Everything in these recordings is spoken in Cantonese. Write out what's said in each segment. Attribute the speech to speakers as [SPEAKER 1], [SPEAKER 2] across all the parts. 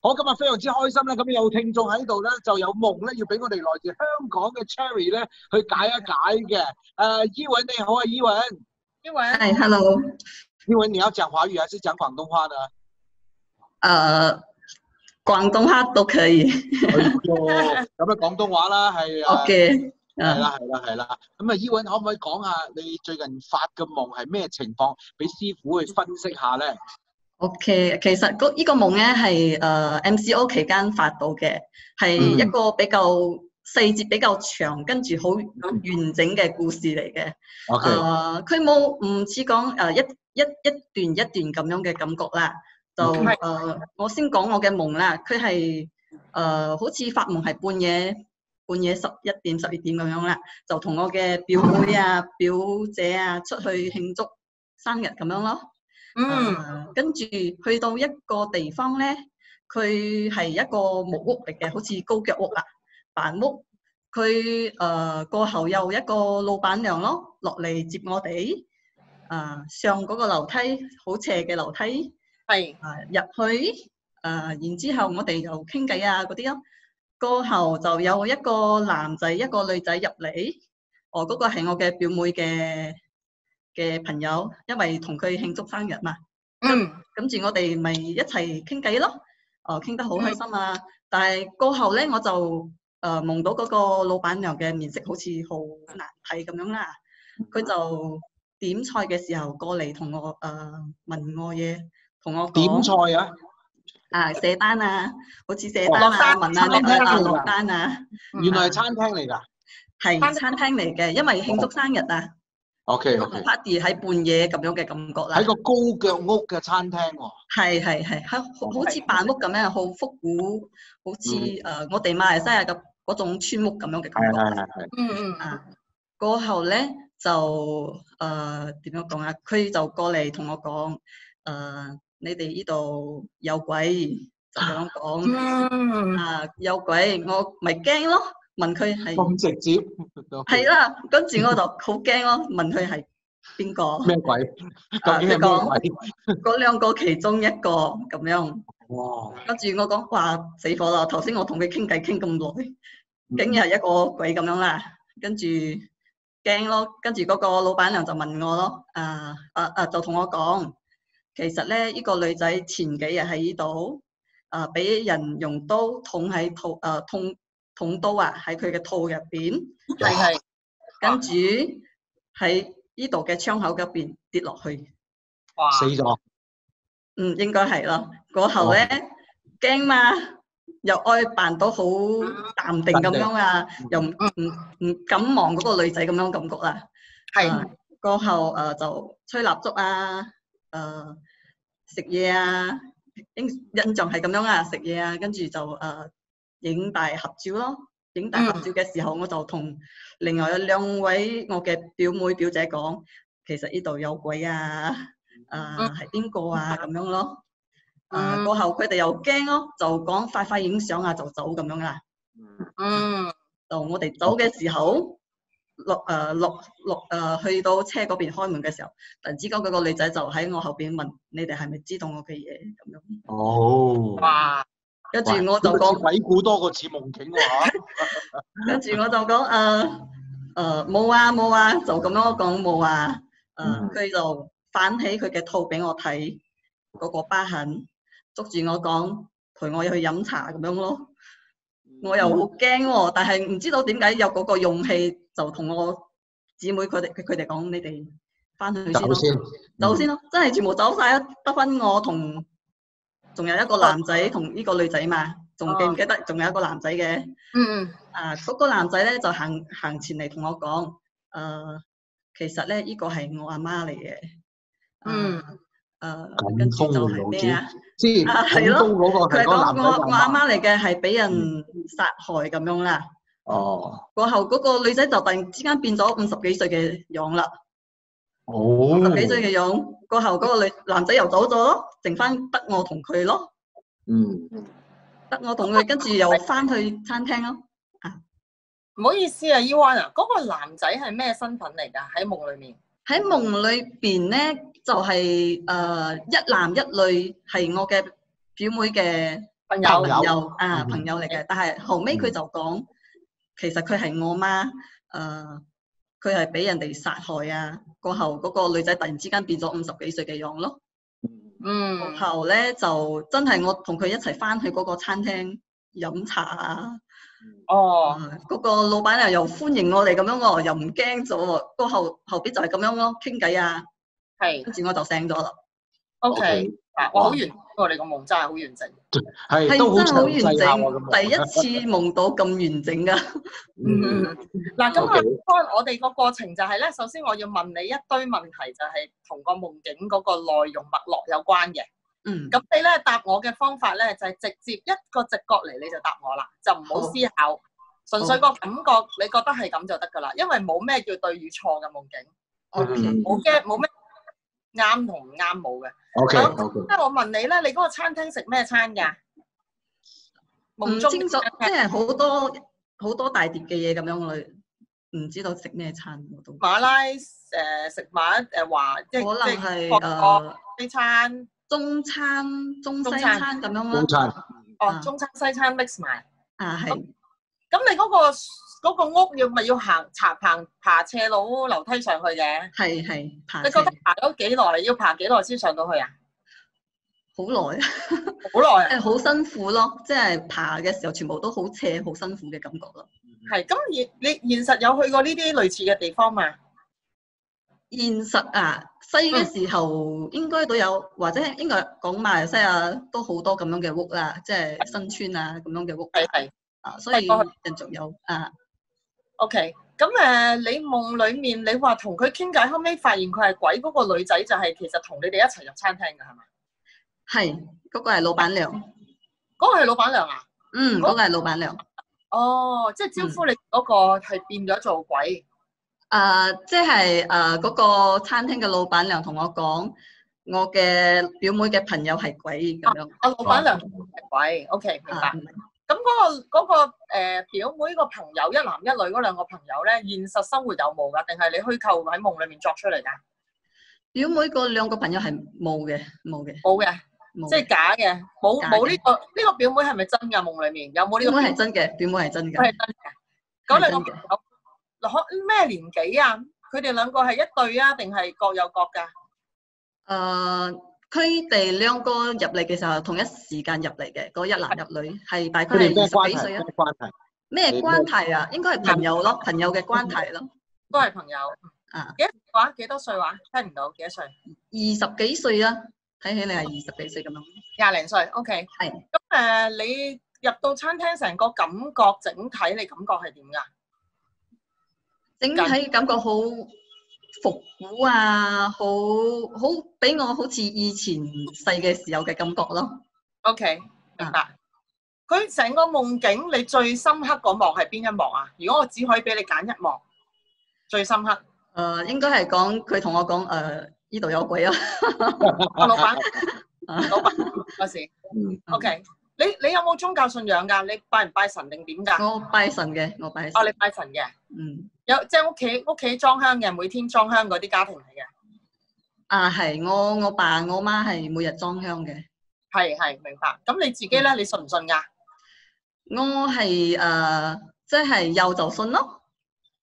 [SPEAKER 1] 好，今日非常之開心啦！咁有聽眾喺度咧，就有夢咧，要俾我哋來自香港嘅 Cherry 咧去解一解嘅。誒、伊文你好啊，伊文，
[SPEAKER 2] 英文
[SPEAKER 3] 嗨，Hello，
[SPEAKER 1] 伊文你要講華語還是講廣東話呢？
[SPEAKER 3] 呃，廣東話都可以
[SPEAKER 1] 哎呦咁啊廣東話啦，係啊，
[SPEAKER 3] ，OK，
[SPEAKER 1] 係
[SPEAKER 3] 嗯，
[SPEAKER 1] 啦係啦係啦。咁啊，伊文可唔可以講下你最近發嘅夢係咩情況，俾師傅去分析下咧？
[SPEAKER 3] OK，其實嗰依個夢咧係誒 MCO 期間發到嘅，係
[SPEAKER 1] 嗯
[SPEAKER 3] 一個比較細節比較長，跟住好完整嘅故事嚟嘅。
[SPEAKER 1] OK，
[SPEAKER 3] 誒，呃佢冇唔似講誒一一一段一段咁樣嘅感覺啦。就
[SPEAKER 1] 嗯
[SPEAKER 2] 係
[SPEAKER 3] 誒、呃我先講我嘅夢啦。佢係誒好似發夢係半夜半夜十一點十二點咁樣啦，就同我嘅表妹啊、表姐啊出去慶祝生日咁樣咯。
[SPEAKER 2] 嗯
[SPEAKER 3] 呃跟住去到一個地方咧，佢係一個木屋嚟嘅，好似高腳屋啦，板屋。佢誒、呃、過後有一個老闆娘咯，落嚟接我哋。啊、上嗰個樓梯好斜嘅樓梯，
[SPEAKER 2] 係
[SPEAKER 3] 啊、入去，啊、然之後我哋又傾偈啊嗰啲咯。過後就有一個男仔一個女仔入嚟，哦，嗰、個係我嘅表妹嘅嘅朋友，因為同佢慶祝生日嘛。
[SPEAKER 2] 嗯
[SPEAKER 3] 跟住我哋咪一齊傾偈咯，哦，傾得好開心啊！但係過後咧，我就誒、呃、夢到嗰個老闆娘嘅面色好似好難睇咁樣啦，佢就點菜嘅時候過嚟同我誒、呃、問我嘢，同我
[SPEAKER 1] 點
[SPEAKER 3] 講
[SPEAKER 1] 菜啊？
[SPEAKER 3] 啊寫單啊，好似寫
[SPEAKER 1] 哦
[SPEAKER 3] 單
[SPEAKER 2] 落
[SPEAKER 3] 啊，
[SPEAKER 2] 單
[SPEAKER 3] 問啊你
[SPEAKER 1] 餐廳
[SPEAKER 3] 啊
[SPEAKER 1] 嚟㗎
[SPEAKER 3] 落單啊，
[SPEAKER 2] 嗯
[SPEAKER 1] 原來係餐廳嚟㗎。
[SPEAKER 3] 係
[SPEAKER 2] 餐
[SPEAKER 3] 餐廳嚟嘅，因為慶祝生日啊
[SPEAKER 1] OK
[SPEAKER 3] 個
[SPEAKER 1] OK，
[SPEAKER 3] ，party 喺半夜咁樣嘅感覺啦
[SPEAKER 1] 哦喺。個高腳屋嘅餐廳喎。
[SPEAKER 3] 係係係，係好好似扮屋咁樣，好復古，好似誒、呃我哋馬來西亞嘅嗰種村屋咁樣嘅感覺。
[SPEAKER 1] 嗯係係。
[SPEAKER 2] 嗯嗯
[SPEAKER 3] 啊，過後咧就誒點、樣講啊？佢就過嚟同我講誒、呃你哋呢度有鬼，就咁樣
[SPEAKER 2] ừ,
[SPEAKER 3] 講
[SPEAKER 2] 嗯
[SPEAKER 3] 啊，有鬼，我咪驚咯，問佢係
[SPEAKER 1] 咁直接。啊
[SPEAKER 3] 係啦，跟住我就好驚咯，問佢係邊個？
[SPEAKER 1] 咩鬼？
[SPEAKER 3] 啊
[SPEAKER 1] 究竟係咩鬼？
[SPEAKER 3] 嗰兩個其中一個咁樣。
[SPEAKER 1] 哇！
[SPEAKER 3] 跟住我講話死火啦！頭先我同佢傾偈傾咁耐，竟然係一個鬼咁樣啦。跟住驚咯，跟住嗰個老闆娘就問我咯，啊啊啊，就同我講，其實咧呢、呢個女仔前幾日喺呢度，啊俾人用刀捅喺肚，啊捅捅刀啊喺佢嘅肚入邊，
[SPEAKER 2] 係係
[SPEAKER 3] 跟住喺呢度嘅窗口入邊跌落去。
[SPEAKER 2] 哇
[SPEAKER 1] 死咗。
[SPEAKER 3] 嗯，應該係咯。過後咧驚嘛，又愛扮到好淡定咁樣啊，又唔唔唔敢望嗰個女仔咁樣感覺啦。
[SPEAKER 2] 係
[SPEAKER 3] 啊過後誒、呃就吹蠟燭啊，誒食嘢啊，印印象係咁樣啊，食嘢啊，跟住就誒影、大合照咯。影大合照嘅時候，我就同另外有兩位我嘅表妹表姐講，其實呢度有鬼啊，
[SPEAKER 2] 嗯
[SPEAKER 3] 誒係邊個啊咁樣咯。誒、
[SPEAKER 2] 嗯
[SPEAKER 3] 啊過後佢哋又驚咯，就講快快影相啊，就走咁樣啦。
[SPEAKER 2] ừ, 嗯
[SPEAKER 3] 就我哋走嘅時候，落誒落落誒去到車嗰邊開門嘅時候，突然之間嗰個女仔就喺我後邊問：你哋係咪知道我嘅嘢咁樣？
[SPEAKER 1] 哦。
[SPEAKER 2] 哇
[SPEAKER 3] 跟住我就
[SPEAKER 1] 哇啊
[SPEAKER 3] 講，
[SPEAKER 1] 鬼故多過似夢境喎 嚇。
[SPEAKER 3] 跟住我就講誒誒冇啊冇啊，就咁樣講冇啊。誒、
[SPEAKER 1] 嗯
[SPEAKER 3] 佢就反起佢嘅肚俾我睇嗰、個疤痕，捉住我講陪我去飲茶咁樣咯。
[SPEAKER 1] 嗯
[SPEAKER 3] 我又好驚喎，但係唔知道點解有嗰個勇氣，就同我姊妹佢哋佢佢哋講，你哋翻去先
[SPEAKER 1] 走
[SPEAKER 3] 咯，
[SPEAKER 1] 先，
[SPEAKER 3] 走先咯，真係全部走晒，得翻我同，仲有一個男仔同呢個女仔嘛，仲
[SPEAKER 1] 啊
[SPEAKER 3] 記唔記得？仲有一個男仔嘅，
[SPEAKER 2] 嗯嗯
[SPEAKER 3] 啊嗰、個男仔咧就行行前嚟同我講，誒、其實咧呢個係我阿媽嚟嘅，
[SPEAKER 2] 嗯
[SPEAKER 3] 啊，誒、
[SPEAKER 1] 咁
[SPEAKER 3] 跟住就
[SPEAKER 1] 風
[SPEAKER 3] 係
[SPEAKER 1] 流
[SPEAKER 3] 咩啊？
[SPEAKER 1] 嗯先。
[SPEAKER 3] 啊係咯
[SPEAKER 1] 廣東嗰個
[SPEAKER 3] 佢
[SPEAKER 1] 係
[SPEAKER 3] 係
[SPEAKER 1] 嗰個
[SPEAKER 3] 講
[SPEAKER 1] 男
[SPEAKER 3] 我
[SPEAKER 1] 仔嗯
[SPEAKER 3] 我阿媽嚟嘅係俾人殺害咁樣啦。
[SPEAKER 1] 哦。
[SPEAKER 3] 過後嗰個女仔就突然之間變咗五十幾歲嘅樣啦，
[SPEAKER 1] 哦。
[SPEAKER 3] 五十幾歲嘅樣。過後嗰個女男仔又走咗咯，剩翻得我同佢咯，
[SPEAKER 1] 嗯。
[SPEAKER 3] 得我同佢，跟住又翻去餐廳咯。
[SPEAKER 2] 唔好意思啊 e w a n 啊，嗰個男仔係咩身份嚟㗎？喺夢裏面
[SPEAKER 3] 喺夢裏邊呃咧，就係、誒、一男一女係我嘅表妹嘅
[SPEAKER 4] 朋
[SPEAKER 2] 朋友
[SPEAKER 4] 友
[SPEAKER 3] 友啊
[SPEAKER 4] 嗯
[SPEAKER 3] 朋友嚟嘅，但係後尾佢就講，其實佢係我媽，誒佢係俾人哋殺害啊，過後嗰個女仔突然之間變咗五十幾歲嘅樣咯，
[SPEAKER 2] 嗯
[SPEAKER 3] 過後咧就真係我同佢一齊翻去嗰個餐廳飲茶啊，
[SPEAKER 2] 哦，
[SPEAKER 3] 啊嗰個老闆又又歡迎我哋咁樣喎，又唔驚咗喎，過後後邊就係咁樣咯，傾偈啊，
[SPEAKER 2] 係
[SPEAKER 3] 跟住我就醒咗啦。
[SPEAKER 2] O K，
[SPEAKER 4] OK，
[SPEAKER 2] 嗱，我好完，我哋個夢真係好完整。
[SPEAKER 3] 係
[SPEAKER 1] 係都好
[SPEAKER 3] 真係好
[SPEAKER 1] 詳細下喎咁啊
[SPEAKER 3] 完整，第一次夢到咁完整啊噶。
[SPEAKER 1] Ừ,
[SPEAKER 4] 嗯，
[SPEAKER 2] 嗱，咁
[SPEAKER 4] OK
[SPEAKER 2] 啊，我哋個過程就係咧，首先我要問你一堆問題，就係同個夢境嗰個內容脈絡有關嘅。
[SPEAKER 3] 嗯，
[SPEAKER 2] 咁你咧答我嘅方法咧，就係直接一個直覺嚟你就答我啦，就唔好思考，純粹個感覺你覺得係咁就得噶啦，因為冇咩叫對與錯嘅夢境，
[SPEAKER 3] O K，
[SPEAKER 4] 嗯
[SPEAKER 2] 冇嘅冇咩啱同唔啱冇嘅。
[SPEAKER 4] OK，
[SPEAKER 2] 咁
[SPEAKER 4] OK，
[SPEAKER 2] 即係我問你咧，你嗰個餐廳食咩餐㗎？
[SPEAKER 3] 唔
[SPEAKER 2] 夢中
[SPEAKER 3] 嗯清楚，
[SPEAKER 2] 嘅
[SPEAKER 3] 即
[SPEAKER 2] 餐廳
[SPEAKER 3] 係好多好多大碟嘅嘢咁樣，我唔知道食咩餐我都。
[SPEAKER 2] 馬拉誒食馬誒華，即
[SPEAKER 3] 可
[SPEAKER 2] 係
[SPEAKER 3] 能
[SPEAKER 2] 即係各
[SPEAKER 3] 係呃
[SPEAKER 2] 個
[SPEAKER 3] 誒
[SPEAKER 2] 西餐，
[SPEAKER 3] 中餐、中西
[SPEAKER 2] 中餐
[SPEAKER 3] 餐咁樣
[SPEAKER 1] 早
[SPEAKER 3] 啦。
[SPEAKER 1] 餐
[SPEAKER 2] 哦
[SPEAKER 3] 啊
[SPEAKER 2] 中餐西餐 mix 埋。
[SPEAKER 3] 啊，
[SPEAKER 2] 哦
[SPEAKER 3] 係
[SPEAKER 2] 咁你嗰個嗰個屋要咪要行爬行爬斜路樓梯上去嘅？
[SPEAKER 3] 係啊係爬
[SPEAKER 2] 你
[SPEAKER 3] 車
[SPEAKER 2] 覺得爬咗幾耐？要爬幾耐先上到去啊？
[SPEAKER 3] 好耐啊，
[SPEAKER 2] 好耐啊！
[SPEAKER 3] 誒好辛苦咯，即係爬嘅時候全部都好斜、好辛苦嘅感覺咯。
[SPEAKER 2] 係咁，現你現實有去過呢啲類似嘅地方嘛？
[SPEAKER 3] 現實啊，西
[SPEAKER 2] 嗯
[SPEAKER 3] 嘅時候應該都有，或者應該講馬來西亞都好多咁樣嘅屋啦，即係新村啊咁樣嘅屋
[SPEAKER 2] 係係
[SPEAKER 3] 啊，所以
[SPEAKER 2] 係
[SPEAKER 3] 印象有啊，
[SPEAKER 2] ，OK。咁誒、呃你夢裡面你話同佢傾偈，後尾發現佢係鬼嗰個女仔，就係、其實同你哋一齊入餐廳㗎，係嘛？
[SPEAKER 3] 係嗰、個係老闆娘，
[SPEAKER 2] 嗰、個係老闆娘啊？
[SPEAKER 3] 嗯，
[SPEAKER 2] 好
[SPEAKER 3] 嗰、個係老闆娘，
[SPEAKER 2] 哦，即係招呼你嗰個係變咗做鬼。
[SPEAKER 3] 啊，即係啊嗰個餐廳嘅老闆娘同我講，我嘅表妹嘅朋友係鬼咁樣
[SPEAKER 2] 啊，老闆娘係鬼。OK，明白
[SPEAKER 3] 啊。，唔係
[SPEAKER 2] 咁嗰、個嗰、個、呃、表妹個朋友，一男一女嗰兩個朋友咧，現實生活有冇㗎？定係你虛構喺夢裡面作出嚟㗎？
[SPEAKER 3] 表妹嗰兩個朋友係冇嘅，冇嘅，
[SPEAKER 2] 冇嘅。
[SPEAKER 3] 冇
[SPEAKER 2] 即
[SPEAKER 3] 嘅。
[SPEAKER 2] 係假嘅，冇
[SPEAKER 3] 假嘅
[SPEAKER 2] 冇呢個呢個表妹係咪真㗎？夢裡面有冇呢
[SPEAKER 3] 表
[SPEAKER 2] 個
[SPEAKER 3] 妹
[SPEAKER 2] 表
[SPEAKER 3] 係真嘅，表妹係真
[SPEAKER 2] 妹
[SPEAKER 3] 嘅，
[SPEAKER 2] 係真嘅？嗰兩個
[SPEAKER 3] 係真嘅
[SPEAKER 2] 朋友可咩年紀啊？佢哋兩個係一對啊，定係各有各㗎？
[SPEAKER 3] 誒，呃佢哋兩個入嚟嘅時候，同一時間入嚟嘅，嗰一男一女係大概
[SPEAKER 1] 佢哋
[SPEAKER 3] 係
[SPEAKER 1] 咩
[SPEAKER 3] 二
[SPEAKER 1] 關
[SPEAKER 3] 十幾
[SPEAKER 1] 係？
[SPEAKER 3] 歲
[SPEAKER 1] 咩
[SPEAKER 3] 啊？
[SPEAKER 1] 關係？
[SPEAKER 3] 咩
[SPEAKER 1] 你咩
[SPEAKER 3] 關係啊？應該係朋友咯，朋友嘅關係咯。
[SPEAKER 2] 都係朋友。
[SPEAKER 3] 啊，
[SPEAKER 2] 幾多歲話？幾多歲話？聽唔到幾多歲？
[SPEAKER 3] 二十幾歲啊，睇起你係二十幾歲咁樣。
[SPEAKER 2] 廿零歲。OK。
[SPEAKER 3] 係
[SPEAKER 2] 咁誒、你入到餐廳成個感覺，整體你感覺係點㗎？
[SPEAKER 3] 整體感覺好復古啊，好好俾我好似以前細嘅時候嘅感覺咯。
[SPEAKER 2] O K，明
[SPEAKER 3] 啊
[SPEAKER 2] 白。佢成個夢境，你最深刻嗰幕係邊一幕啊？如果我只可以俾你揀一幕，最深刻，
[SPEAKER 3] 誒、呃應該係講佢同我講誒呢度 有鬼啊，
[SPEAKER 2] 個老闆，
[SPEAKER 3] 啊
[SPEAKER 2] 老闆嗰時
[SPEAKER 4] 嗯，
[SPEAKER 2] ，O K。你你有冇宗教信仰㗎？你拜唔拜神定點㗎？
[SPEAKER 3] 我拜神嘅，我拜神
[SPEAKER 2] 哦，。你拜神嘅，
[SPEAKER 3] 嗯，
[SPEAKER 2] 有即係屋企屋企裝香嘅，每天裝香嗰啲家庭嚟嘅，
[SPEAKER 3] 啊係，我我爸我媽係每日裝香嘅。
[SPEAKER 2] 係係明白。咁你自己咧，你信唔信㗎？
[SPEAKER 3] 我係誒、呃即係有就信
[SPEAKER 2] 哦
[SPEAKER 3] 咯，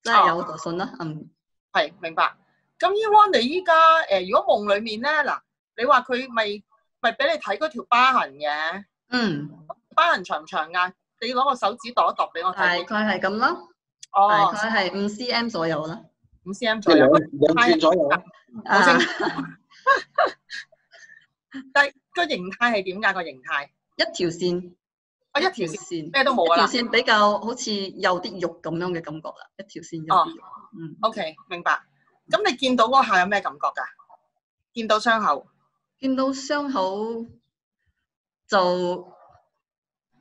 [SPEAKER 3] 即係有就信啦。嗯，
[SPEAKER 2] 係明白。咁 Ewan 你依家誒，如果夢裡面咧嗱，你話佢咪咪俾你睇嗰條疤痕嘅？
[SPEAKER 3] 嗯，
[SPEAKER 2] 疤痕長唔長啊？你攞個手指度一度俾我
[SPEAKER 3] 大概
[SPEAKER 2] 睇。
[SPEAKER 3] 係咁啦，大
[SPEAKER 2] 哦，
[SPEAKER 3] 概係五 cm 左右啦。
[SPEAKER 2] 五 cm
[SPEAKER 1] 即
[SPEAKER 2] 左
[SPEAKER 1] 係
[SPEAKER 2] 右
[SPEAKER 1] 兩。兩寸左右。
[SPEAKER 2] 好清
[SPEAKER 3] 啊，
[SPEAKER 2] 但係個形態係點㗎？個形態，啊
[SPEAKER 3] 一條線，
[SPEAKER 2] 我一條線
[SPEAKER 3] 線，一
[SPEAKER 2] 咩都冇㗎
[SPEAKER 3] 條
[SPEAKER 2] 啦。
[SPEAKER 3] 線比較好似有啲肉咁樣嘅感覺啦，一條線有
[SPEAKER 2] 哦
[SPEAKER 3] 啲肉。嗯，
[SPEAKER 2] OK，明白。咁你見到嗰下有咩感覺㗎？見到傷口，
[SPEAKER 3] 見到傷口就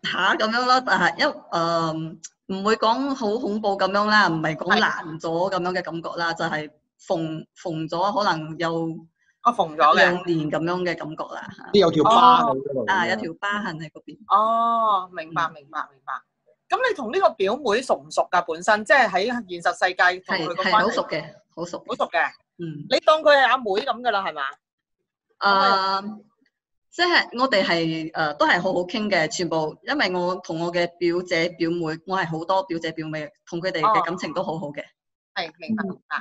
[SPEAKER 3] 下咁樣啦，但係一誒唔會講好恐怖咁樣啦，唔係講
[SPEAKER 2] 係
[SPEAKER 3] 爛咗咁樣嘅感覺啦，就係縫縫咗可能有。
[SPEAKER 2] 我哦縫咗嘅。
[SPEAKER 3] 兩年咁樣嘅感覺啦，
[SPEAKER 1] 啲有條疤喺嗰度
[SPEAKER 3] 啊有條疤痕喺嗰邊，
[SPEAKER 2] 哦，明
[SPEAKER 3] 嗯
[SPEAKER 2] 白，明白，明白。咁你同呢個表妹熟唔熟㗎？本身即係喺現實世界同
[SPEAKER 3] 係
[SPEAKER 2] 佢個
[SPEAKER 3] 係
[SPEAKER 2] 關
[SPEAKER 3] 好
[SPEAKER 2] 係
[SPEAKER 3] 熟嘅，好熟嘅，
[SPEAKER 2] 好熟嘅。
[SPEAKER 3] 嗯，
[SPEAKER 2] 你當佢係阿妹咁㗎啦，係嘛？
[SPEAKER 3] 誒嗯呃即係我哋係誒都係好好傾嘅，全部因為我同我嘅表姐表妹，我係好多表姐表妹，同佢哋嘅感情都好好嘅。
[SPEAKER 2] 係明
[SPEAKER 3] 嗯
[SPEAKER 2] 白明白。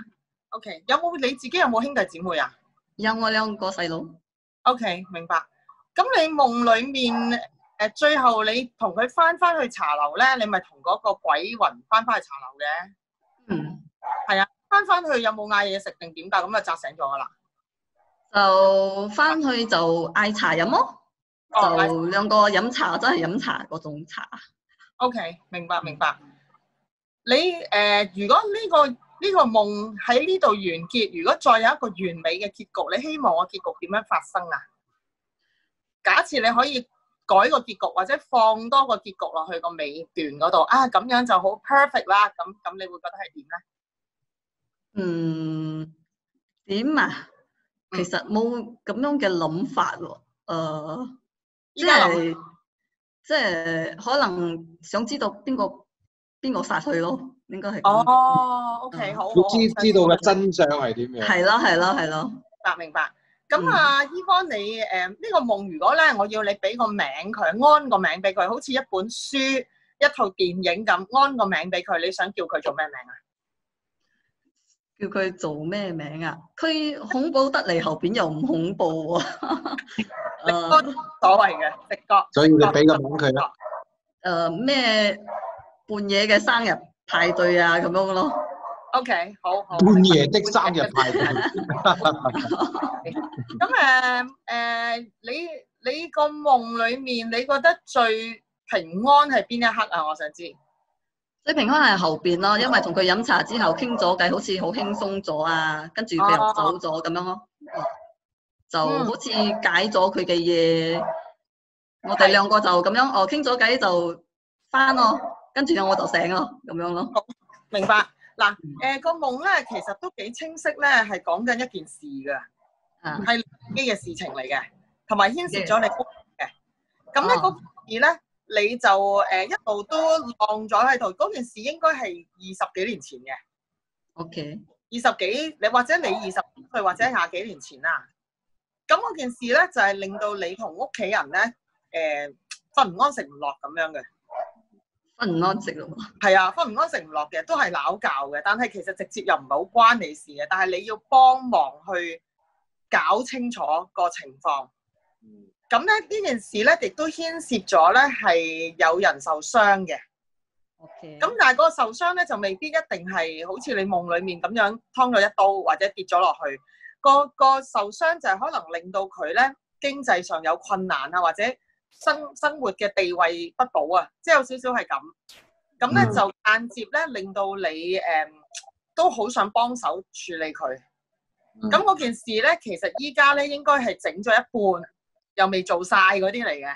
[SPEAKER 2] OK，有冇你自己有冇兄弟姊妹啊
[SPEAKER 3] 有我兩個細佬，
[SPEAKER 2] ？OK，明白。咁你夢里面誒、呃最後你同佢翻翻去茶樓咧，你咪同嗰個鬼魂翻翻去茶樓嘅，
[SPEAKER 3] 嗯，
[SPEAKER 2] 翻翻去有冇嗌嘢食定點㗎？咁就扎醒咗噶啦。
[SPEAKER 3] 就翻去就嗌茶飲咯，
[SPEAKER 2] 哦
[SPEAKER 3] 就兩個飲茶，真係飲茶嗰種茶。
[SPEAKER 2] ，OK，明白明白。你誒、呃如果呢、個呢、個夢喺呢度完結，如果再有一個完美嘅結局，你希望個結局點樣發生啊？假設你可以改個結局，或者放多個結局落去個尾段嗰度啊，咁樣就好 perfect 啦。咁咁，你會覺得係點咧？
[SPEAKER 3] 嗯，點啊？
[SPEAKER 2] 嗯
[SPEAKER 3] 其實冇咁樣嘅諗法喎，呃誒，
[SPEAKER 2] 依
[SPEAKER 3] 即
[SPEAKER 2] 家諗
[SPEAKER 3] 係即係可能想知道邊個邊個殺佢咯，應該係咁。
[SPEAKER 2] 哦，OK，
[SPEAKER 3] 嗯
[SPEAKER 2] 好，好
[SPEAKER 1] 佢知
[SPEAKER 2] 好
[SPEAKER 1] 知道嘅真相係點樣。
[SPEAKER 3] 係咯，係咯，係咯。
[SPEAKER 2] 明白明白。
[SPEAKER 1] 嗯
[SPEAKER 2] 咁啊，依方你呃誒呢個夢，如果咧我要你俾個名佢，安個名俾佢，好似一本書、一套電影咁，安個名俾佢，你想叫佢做咩名啊？
[SPEAKER 3] 叫佢做咩名啊？佢恐怖得嚟，後邊又唔恐怖喎、 呃
[SPEAKER 2] 你
[SPEAKER 3] 誒
[SPEAKER 2] 安所謂嘅直覺。
[SPEAKER 1] 所啊以你俾個名佢啦。
[SPEAKER 3] 誒呃咩半夜嘅生日派對啊咁樣咯，
[SPEAKER 2] O K，好
[SPEAKER 3] 哦
[SPEAKER 2] 好。
[SPEAKER 1] 半夜的生日派對
[SPEAKER 2] 咁誒誒，你你個夢裡面，你覺得最平安係邊一刻啊？我想知。
[SPEAKER 3] 所以平安係後邊咯，因為同佢飲茶之後傾咗偈，好似好輕鬆咗啊，跟住佢
[SPEAKER 2] 哦
[SPEAKER 3] 又走咗咁樣咯，哦就
[SPEAKER 2] 嗯
[SPEAKER 3] 好似解咗佢嘅嘢。我哋兩個就咁樣哦，傾咗偈就翻咯，跟住我就醒咯，咁樣咯。
[SPEAKER 2] 明白嗱，誒個夢咧，其實都幾清晰咧，係講緊一件事㗎，
[SPEAKER 3] 啊
[SPEAKER 2] 係呢嘅事情嚟嘅，同埋牽涉咗你屋企嘅。咁咧
[SPEAKER 3] 哦
[SPEAKER 2] 嗰件事咧，你就誒、一路都晾咗喺度。嗰件事應該係二十幾年前嘅，
[SPEAKER 3] OK，
[SPEAKER 2] 二十幾你或者你二十歲或者廿幾年前啦。咁嗰件事咧就係、令到你同屋企人咧誒瞓唔安食唔落咁樣嘅。
[SPEAKER 3] 瞓唔安息咯。
[SPEAKER 2] 係啊，分唔安食唔落嘅，都係鬧教嘅。但係其實直接又唔係好關你事嘅，但係你要幫忙去搞清楚個情況。咁咧呢件事咧，亦都牽涉咗咧係有人受傷嘅。
[SPEAKER 3] OK，
[SPEAKER 2] 咁但係嗰個受傷咧就未必一定係好似你夢裡面咁樣劏咗一刀或者跌咗落去。個個受傷就係可能令到佢咧經濟上有困難啊，或者生生活嘅地位不保啊，即係有少少係咁。咁咧
[SPEAKER 3] 嗯
[SPEAKER 2] 就間接咧令到你誒、嗯都好想幫手處理佢。
[SPEAKER 1] 嗯
[SPEAKER 2] 咁嗰、件事咧，其實依家咧應該係整咗一半，又未做晒嗰啲嚟嘅。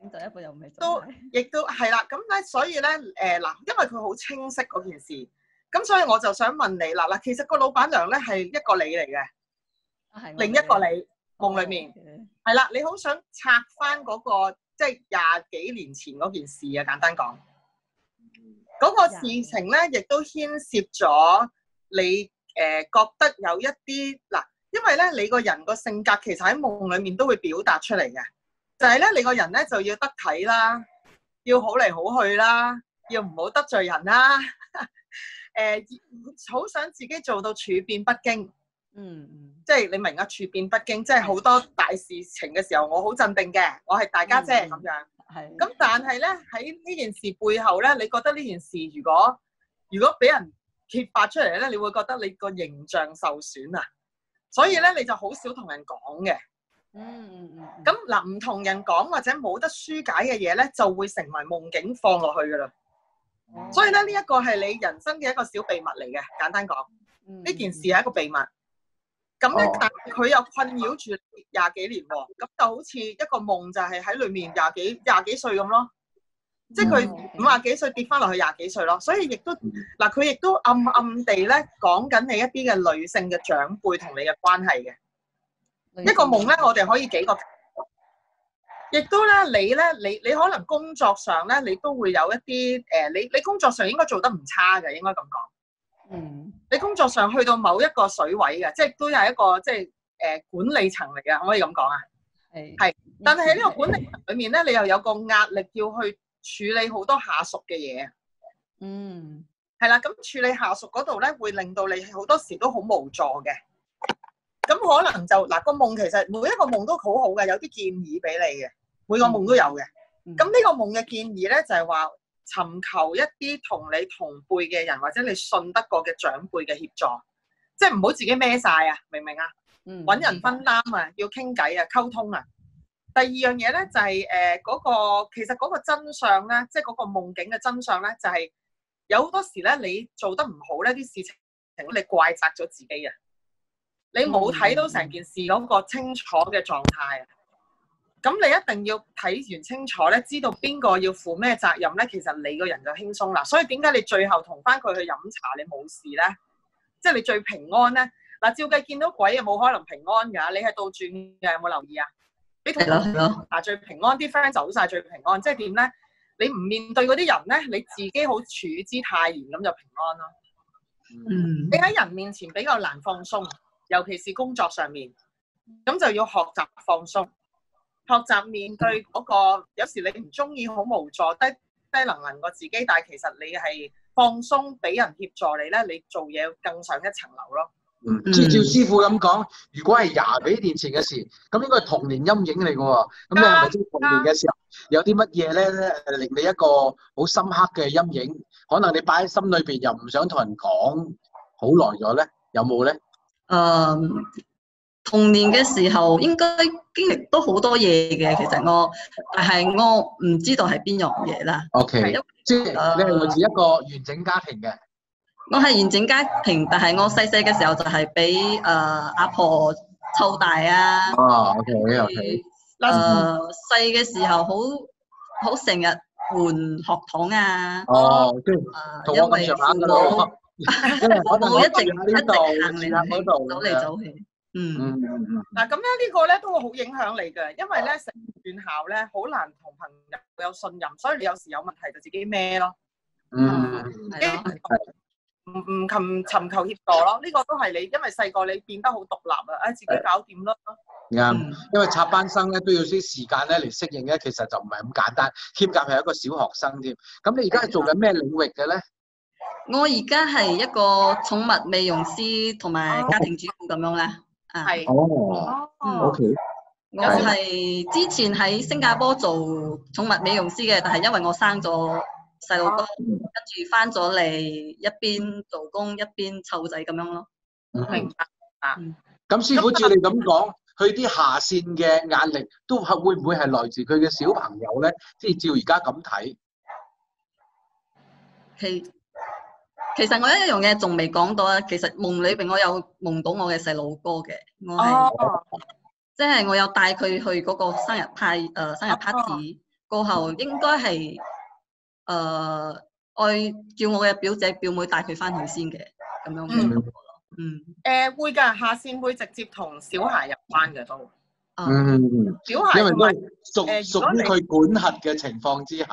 [SPEAKER 3] 咁就一步又唔係做
[SPEAKER 2] 都
[SPEAKER 3] 晒
[SPEAKER 2] 亦都係啦，咁咧，所以咧，誒、嗱，因為佢好清晰嗰件事，咁所以我就想問你啦，嗱，其實個老闆娘咧係一個你嚟嘅，
[SPEAKER 3] 啊係我
[SPEAKER 2] 另一
[SPEAKER 3] 哋
[SPEAKER 2] 個你夢裏面係啦，你好想拆翻嗰、個即係廿幾年前嗰件事啊，簡單講，嗰、個事情咧亦都牽涉咗你誒、覺得有一啲嗱，因為咧你個人個性格其實喺夢裏面都會表達出嚟嘅，就係、咧你個人咧就要得體啦，要好嚟好去啦，要唔好得罪人啦，誒、 好想自己做到處變不驚。
[SPEAKER 3] 嗯嗯
[SPEAKER 2] 即係你明啊，處變不驚，即係好多大事情嘅時候，我好鎮定嘅，我係大家姐
[SPEAKER 3] 嗯
[SPEAKER 2] 咁樣。
[SPEAKER 3] 係
[SPEAKER 2] 咁但係咧喺呢件事背後咧，你覺得呢件事如果如果俾人揭發出嚟咧，你會覺得你個形象受損啊，所以咧你就好少同人講嘅。
[SPEAKER 3] 嗯嗯嗯
[SPEAKER 2] 咁嗱，唔同人講或者冇得疏解嘅嘢咧，就會成為夢境放落去噶啦。
[SPEAKER 3] 咁
[SPEAKER 2] 所以咧呢一個係你人生嘅一個小秘密嚟嘅，簡單講。
[SPEAKER 3] 嗯
[SPEAKER 2] 呢件
[SPEAKER 3] 啊
[SPEAKER 2] 事係一個秘密。咁咧
[SPEAKER 1] 哦，
[SPEAKER 2] 但係佢又困擾住你廿幾年喎，咁就好似一個夢，就係喺裏面廿幾廿幾歲咁咯。即係佢
[SPEAKER 3] 嗯
[SPEAKER 2] 五
[SPEAKER 3] 啊
[SPEAKER 2] 廿幾歲跌翻落去廿幾歲咯，所以亦都嗱，佢亦都暗暗地咧講緊你一啲嘅女性嘅長輩同你嘅關係嘅。
[SPEAKER 3] 嗯
[SPEAKER 2] 一個夢咧，我哋可以幾個，亦都咧你咧你你可能工作上咧，你都會有一啲誒、呃你你工作上應該做得唔差嘅，應該咁講。
[SPEAKER 3] 嗯
[SPEAKER 2] 你工作上去到某一個水位嘅，即係都係一個即係誒、呃管理層嚟嘅，可唔可以咁講啊？
[SPEAKER 3] 係
[SPEAKER 2] 係但係喺呢個管理層裏面咧，你又有個壓力要去處理好多下屬嘅嘢，
[SPEAKER 3] 嗯
[SPEAKER 2] 係啦。咁處理下屬嗰度咧，會令到你好多時都好無助嘅。咁可能就嗱、個夢其實每一個夢都好好嘅，有啲建議俾你嘅，每個夢都有嘅。
[SPEAKER 3] 嗯
[SPEAKER 2] 咁呢個夢嘅建議咧，就係話尋求一啲同你同輩嘅人，或者你信得過嘅長輩嘅協助，即係唔好自己孭晒啊，明唔明啊？
[SPEAKER 3] 嗯
[SPEAKER 2] 揾人分擔啊，要傾偈啊，溝通啊。第二樣嘢咧就係誒嗰個，其實嗰個真相咧，即係嗰個夢境嘅真相咧，就係、有好多時咧，你做得唔好咧，啲事情你怪責咗自己啊，你冇睇到成件事嗰個清楚嘅狀態啊。咁你一定要睇完清楚咧，知道邊個要負咩責任咧，其實你個人就輕鬆啦。所以點解你最後同翻佢去飲茶，你冇事咧？即係你最平安咧？嗱，照計見到鬼啊，冇可能平安㗎。你係倒轉嘅，有冇留意啊？你同
[SPEAKER 3] 係咯係咯，
[SPEAKER 2] 嗱最平安，啲 friend 走晒最平安，即係點咧？你唔面對嗰啲人咧，你自己好處之泰然咁就平安咯。
[SPEAKER 3] 嗯
[SPEAKER 2] 你喺人面前比較難放鬆，尤其是工作上面，咁就要學習放鬆，學習面對嗰、個有時你唔中意好無助，低低能能過自己，但係其實你係放鬆，俾人協助你咧，你做嘢更上一層樓咯。
[SPEAKER 1] 嗯，照照師傅咁講，如果係廿幾年前嘅事，咁應該係童年陰影嚟嘅喎。咁你係咪即係童年嘅時候有啲乜嘢咧，誒令你一個好深刻嘅陰影？可能你擺喺心裏邊又唔想同人講，好耐咗咧，有冇咧？
[SPEAKER 3] 誒嗯童年嘅時候應該經歷都好多嘢嘅，其實我但係我唔知道係邊樣嘢啦。
[SPEAKER 1] O K，
[SPEAKER 3] 係因
[SPEAKER 1] 即係你係來自一個完整家庭嘅，
[SPEAKER 3] 我係完整家庭，但係我細細嘅時候就係俾誒阿婆湊大啊。
[SPEAKER 1] 哦，O K
[SPEAKER 3] 誒
[SPEAKER 1] O K，
[SPEAKER 2] 嗱
[SPEAKER 3] 細嘅時候好好成日換學堂啊。
[SPEAKER 1] 哦，即係
[SPEAKER 3] 誒
[SPEAKER 1] 同
[SPEAKER 3] 因
[SPEAKER 1] 我咁
[SPEAKER 3] 為
[SPEAKER 1] 上下
[SPEAKER 3] 父
[SPEAKER 1] 㗎
[SPEAKER 3] 母
[SPEAKER 1] 咯， 因為可能
[SPEAKER 3] 父母
[SPEAKER 1] 我
[SPEAKER 3] 一直
[SPEAKER 1] 住喺呢
[SPEAKER 3] 一直
[SPEAKER 1] 度，
[SPEAKER 3] 行嚟
[SPEAKER 1] 住喺嗰度
[SPEAKER 3] 走
[SPEAKER 1] 咁
[SPEAKER 3] 嚟
[SPEAKER 1] 樣，
[SPEAKER 3] 走去。嗯，
[SPEAKER 1] 嗯嗯嗯，
[SPEAKER 2] 嗱，咁咧呢個咧都會好影響你嘅，因為咧成轉校咧好難同朋友有信任，所以你有時有問題就自己孭咯，
[SPEAKER 1] 嗯嗯。
[SPEAKER 3] 係咯，
[SPEAKER 2] 唔唔尋尋求協助咯。呢、個都係你，因為細個你變得好獨立啊，唉、自己搞掂啦。
[SPEAKER 1] 啱，
[SPEAKER 3] 嗯
[SPEAKER 1] 因為插班生咧都要啲時間咧嚟適應咧，其實就唔係咁簡單。兼夾係一個小學生添，咁你而家係做緊咩領域嘅咧？
[SPEAKER 3] 我而家係一個寵物美容師同埋家庭主婦咁樣啦。啊，
[SPEAKER 2] 哦係
[SPEAKER 1] 哦
[SPEAKER 2] 哦，
[SPEAKER 3] 嗯
[SPEAKER 1] ，OK，
[SPEAKER 3] 我係之前喺新加坡做寵物美容師嘅，但係因為我生咗細路哥，
[SPEAKER 2] 哦
[SPEAKER 3] 跟住翻咗嚟一邊做工一邊湊仔咁樣咯。
[SPEAKER 2] 明
[SPEAKER 1] 嗯
[SPEAKER 2] 白。
[SPEAKER 1] 咁師傅照你咁講，佢啲下線嘅壓力都係會唔會係來自佢嘅小朋友咧？即係照而家咁睇，
[SPEAKER 3] 其其實我有一樣嘢仲未講到啊，其實夢裏邊我有夢到我嘅細路哥嘅，我係。
[SPEAKER 2] 哦，
[SPEAKER 3] 即係我有帶佢去嗰個生日派誒、呃生日
[SPEAKER 2] 哦
[SPEAKER 3] party 過後，應該係誒愛叫我嘅表姐表妹帶佢翻去先嘅咁樣嘅
[SPEAKER 2] 嗯
[SPEAKER 3] 感覺咯。嗯，
[SPEAKER 2] 誒、會㗎，下線會直接同小孩有關嘅都，
[SPEAKER 3] 啊，
[SPEAKER 1] 嗯，
[SPEAKER 2] 小孩
[SPEAKER 1] 因為
[SPEAKER 2] 同
[SPEAKER 1] 都
[SPEAKER 2] 埋
[SPEAKER 1] 屬
[SPEAKER 2] 誒
[SPEAKER 1] 屬
[SPEAKER 2] 如果你
[SPEAKER 1] 於佢管轄嘅情況之下，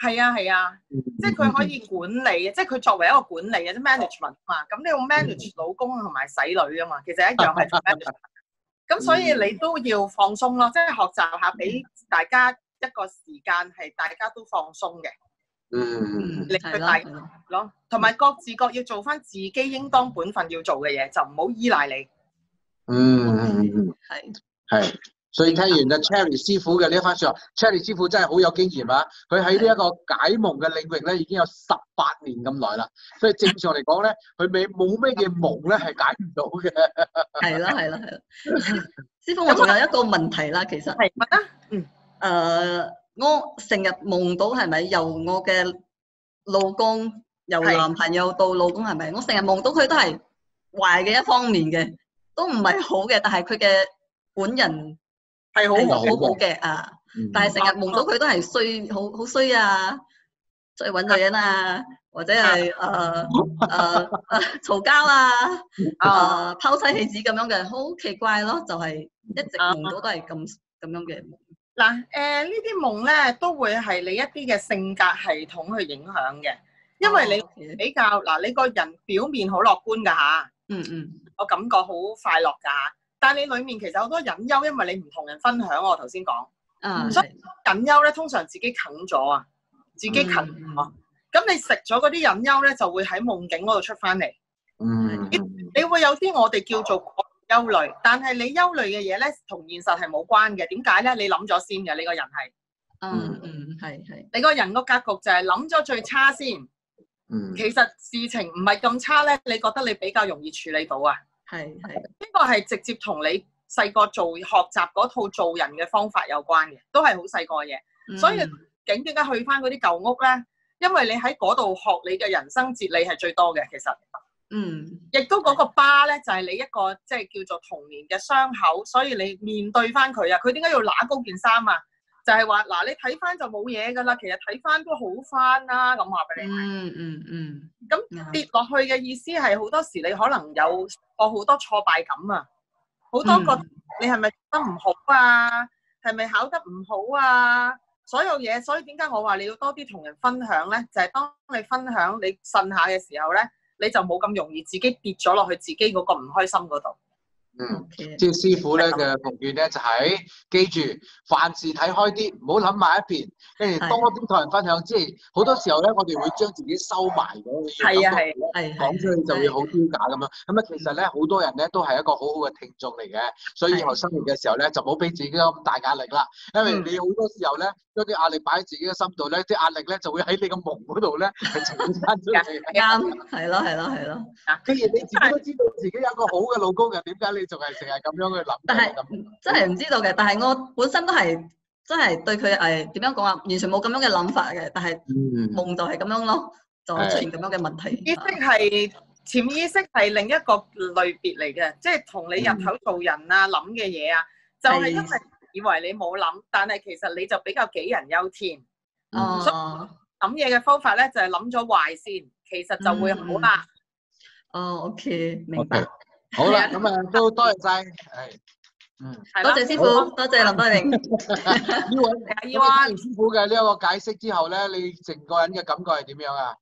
[SPEAKER 2] 係啊係啊，即係佢可以管理，啊即係佢作為一個管理嘅，啊即係 management 嘛。咁你要 manage 老公同埋仔女啊嘛，其實一樣係做 manage。咁所以你都要放鬆咯，即係學習下俾大家一個時間係大家都放鬆嘅
[SPEAKER 1] 嗯，
[SPEAKER 3] 嗯，
[SPEAKER 2] 你
[SPEAKER 3] 係
[SPEAKER 2] 佢
[SPEAKER 3] 咯
[SPEAKER 2] 帶
[SPEAKER 3] 係咯，
[SPEAKER 2] 咯，同埋各自各要做翻自己應當本分要做嘅嘢，就唔好依賴你。
[SPEAKER 1] 嗯嗯嗯嗯。
[SPEAKER 3] 係
[SPEAKER 1] 係，所以聽完阿 Cherry 師傅嘅呢一番説話，Cherry 師傅真係好有經驗啊！佢喺呢一個解夢嘅領域咧，已經有十八年咁耐啦。所以正常嚟講咧，佢未冇咩嘢夢咧係解唔到嘅。
[SPEAKER 3] 係咯係咯係咯。 師傅，我仲有一個問題啦，其實誒、
[SPEAKER 2] 係乜啊？
[SPEAKER 3] 呃我成日夢到係咪由我嘅老公由
[SPEAKER 2] 係
[SPEAKER 3] 男朋友到老公係咪？我成日夢到佢都係壞嘅一方面嘅，都唔係好嘅，但係佢嘅本人
[SPEAKER 2] 係好
[SPEAKER 3] 係
[SPEAKER 1] 好嗯
[SPEAKER 3] 好
[SPEAKER 1] 嘅
[SPEAKER 3] 好嘅啊！但係成日夢到佢都係衰，好好衰啊！出去揾女人啊，或者係誒誒誒嘈交啊，
[SPEAKER 2] 啊！
[SPEAKER 3] 誒拋妻棄子咁樣嘅，好奇怪咯！就係一直夢到都係咁咁樣嘅夢。
[SPEAKER 2] 嗱，誒呢啲夢咧都會係你一啲嘅性格系統去影響嘅，因為你
[SPEAKER 3] 你
[SPEAKER 2] 比較嗱，你個人表面好樂觀㗎嚇，
[SPEAKER 3] 嗯嗯
[SPEAKER 2] 我感覺好快樂㗎嚇，但係你裡面其實好多隱憂，因為你唔同人分享。我頭先講
[SPEAKER 3] 啊，
[SPEAKER 2] 所
[SPEAKER 3] 係
[SPEAKER 2] 隱憂咧，通常自己啃咗啊，自
[SPEAKER 3] 嗯
[SPEAKER 2] 己啃咗。咁、你食咗嗰啲隱憂咧，就會喺夢境嗰度出翻嚟。
[SPEAKER 1] 嗯，
[SPEAKER 2] 你會有啲我哋叫做憂慮，但係你憂慮嘅嘢咧，同現實係冇關嘅。點解咧？你諗咗先嘅，你個人係
[SPEAKER 3] 嗯嗯係係
[SPEAKER 2] 你個人個格局就係諗咗最差先。
[SPEAKER 1] 嗯，
[SPEAKER 2] 其實事情唔係咁差咧，你覺得你比較容易處理到啊？
[SPEAKER 3] 係係
[SPEAKER 2] 呢個係直接同你細個做學習嗰套做人嘅方法有關嘅，都係好細個嘅嘢。，
[SPEAKER 3] 嗯
[SPEAKER 2] 所以景點解去翻嗰啲舊屋咧？因為你喺嗰度學你嘅人生哲理係最多嘅，其實
[SPEAKER 3] 嗯
[SPEAKER 2] 亦都嗰個疤咧就係、你一個即係叫做童年嘅傷口，所以你面對翻佢啊。佢點解要揦高件衫啊？就係話嗱，你睇翻就冇嘢㗎啦，其實睇翻都好啊翻啦。咁話俾你聽。
[SPEAKER 3] 嗯嗯嗯，
[SPEAKER 2] 咁
[SPEAKER 3] 啱
[SPEAKER 2] 跌落去嘅意思係好多時你可能有我好多挫敗感啊，好多個
[SPEAKER 3] 嗯
[SPEAKER 2] 你係咪做得唔好啊？係咪考得唔好啊？所有嘢，所以點解我話你要多啲同人分享咧？就係、當你分享你呻下嘅時候咧，你就冇咁容易自己跌咗落去自己嗰個唔開心嗰度。
[SPEAKER 1] 嗯。
[SPEAKER 3] OK
[SPEAKER 1] 即係師傅咧嘅奉勸咧就係、記住凡事睇開啲，唔好諗埋一邊，跟住
[SPEAKER 3] 係
[SPEAKER 1] 多啲同人分享。即係好多時候咧，我哋會將自己收埋咗，
[SPEAKER 2] 係啊係
[SPEAKER 3] 係係嗯
[SPEAKER 1] 講出去就會好丟架咁樣。咁啊，其實咧好多人咧都係一個好好嘅聽眾嚟嘅，所以以後生活嘅時候咧就唔好俾自己咁大壓力啦。因
[SPEAKER 3] 嗯
[SPEAKER 1] 為你好多時候咧將啲壓力擺喺自己嘅心度咧，啲壓力咧就會喺你個夢嗰度咧係呈現翻出嚟。
[SPEAKER 3] 啱 係咯係咯係咯。
[SPEAKER 1] 既然你自己都知道自己有一個好嘅老公嘅，點解你仲係成日咁樣去諗
[SPEAKER 3] 但
[SPEAKER 1] 嘅
[SPEAKER 3] 係
[SPEAKER 1] 咁？
[SPEAKER 3] 真係唔知道嘅，但係我本身都係真係對佢誒點樣講啊，完全冇咁樣嘅諗法嘅，但係
[SPEAKER 1] 嗯。
[SPEAKER 3] 夢就係咁樣咯，就
[SPEAKER 1] 係
[SPEAKER 3] 出現咁樣嘅問題。
[SPEAKER 2] 意識係潛意識係另一個類別嚟嘅，即係同你日頭做人啊諗嘅嘢啊，就係、因為
[SPEAKER 3] 係
[SPEAKER 2] 以為你冇諗，但係其實你就比較杞人憂天。
[SPEAKER 1] 嗯
[SPEAKER 3] 哦
[SPEAKER 2] 諗嘢嘅方法咧，就係諗咗壞先，其實就會好啦。
[SPEAKER 3] 哦，OK，明白。
[SPEAKER 1] 好啦，咁啊都多謝晒，係，嗯，
[SPEAKER 2] 係
[SPEAKER 3] 多
[SPEAKER 2] 啦
[SPEAKER 3] 謝師傅，多謝林德榮。
[SPEAKER 1] 呢位
[SPEAKER 2] 係啊，依
[SPEAKER 1] 呢位
[SPEAKER 2] 灣
[SPEAKER 1] 師傅嘅呢一個解釋之後咧，你成個人嘅感覺係點樣啊？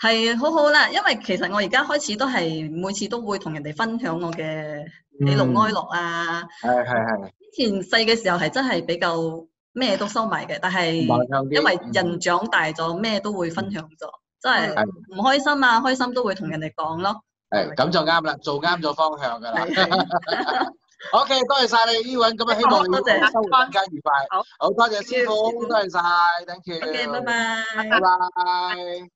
[SPEAKER 3] 係好好啦，因為其實我而家開始都係每次都會同人哋分享我嘅喜怒哀樂啊。
[SPEAKER 1] 嗯係係
[SPEAKER 3] 之前細嘅時候係真係比較咩都收埋嘅，但
[SPEAKER 1] 係，
[SPEAKER 3] 係
[SPEAKER 1] 嗯慢向啲，
[SPEAKER 3] 因為人長大咗，咩都會分享咗，真係
[SPEAKER 1] 係
[SPEAKER 3] 唔開心啊，開心都會同人哋講咯。
[SPEAKER 1] 係咁就啱啦，做啱咗方向㗎啦。
[SPEAKER 3] 係係
[SPEAKER 1] OK，多謝晒你，依韻，咁啊希望你
[SPEAKER 3] 好多謝
[SPEAKER 1] 生活更加愉快
[SPEAKER 2] 好。
[SPEAKER 1] 好多謝師傅，多謝晒，thank you。
[SPEAKER 3] ，OK，拜。
[SPEAKER 1] 拜。
[SPEAKER 3] 拜
[SPEAKER 1] 拜。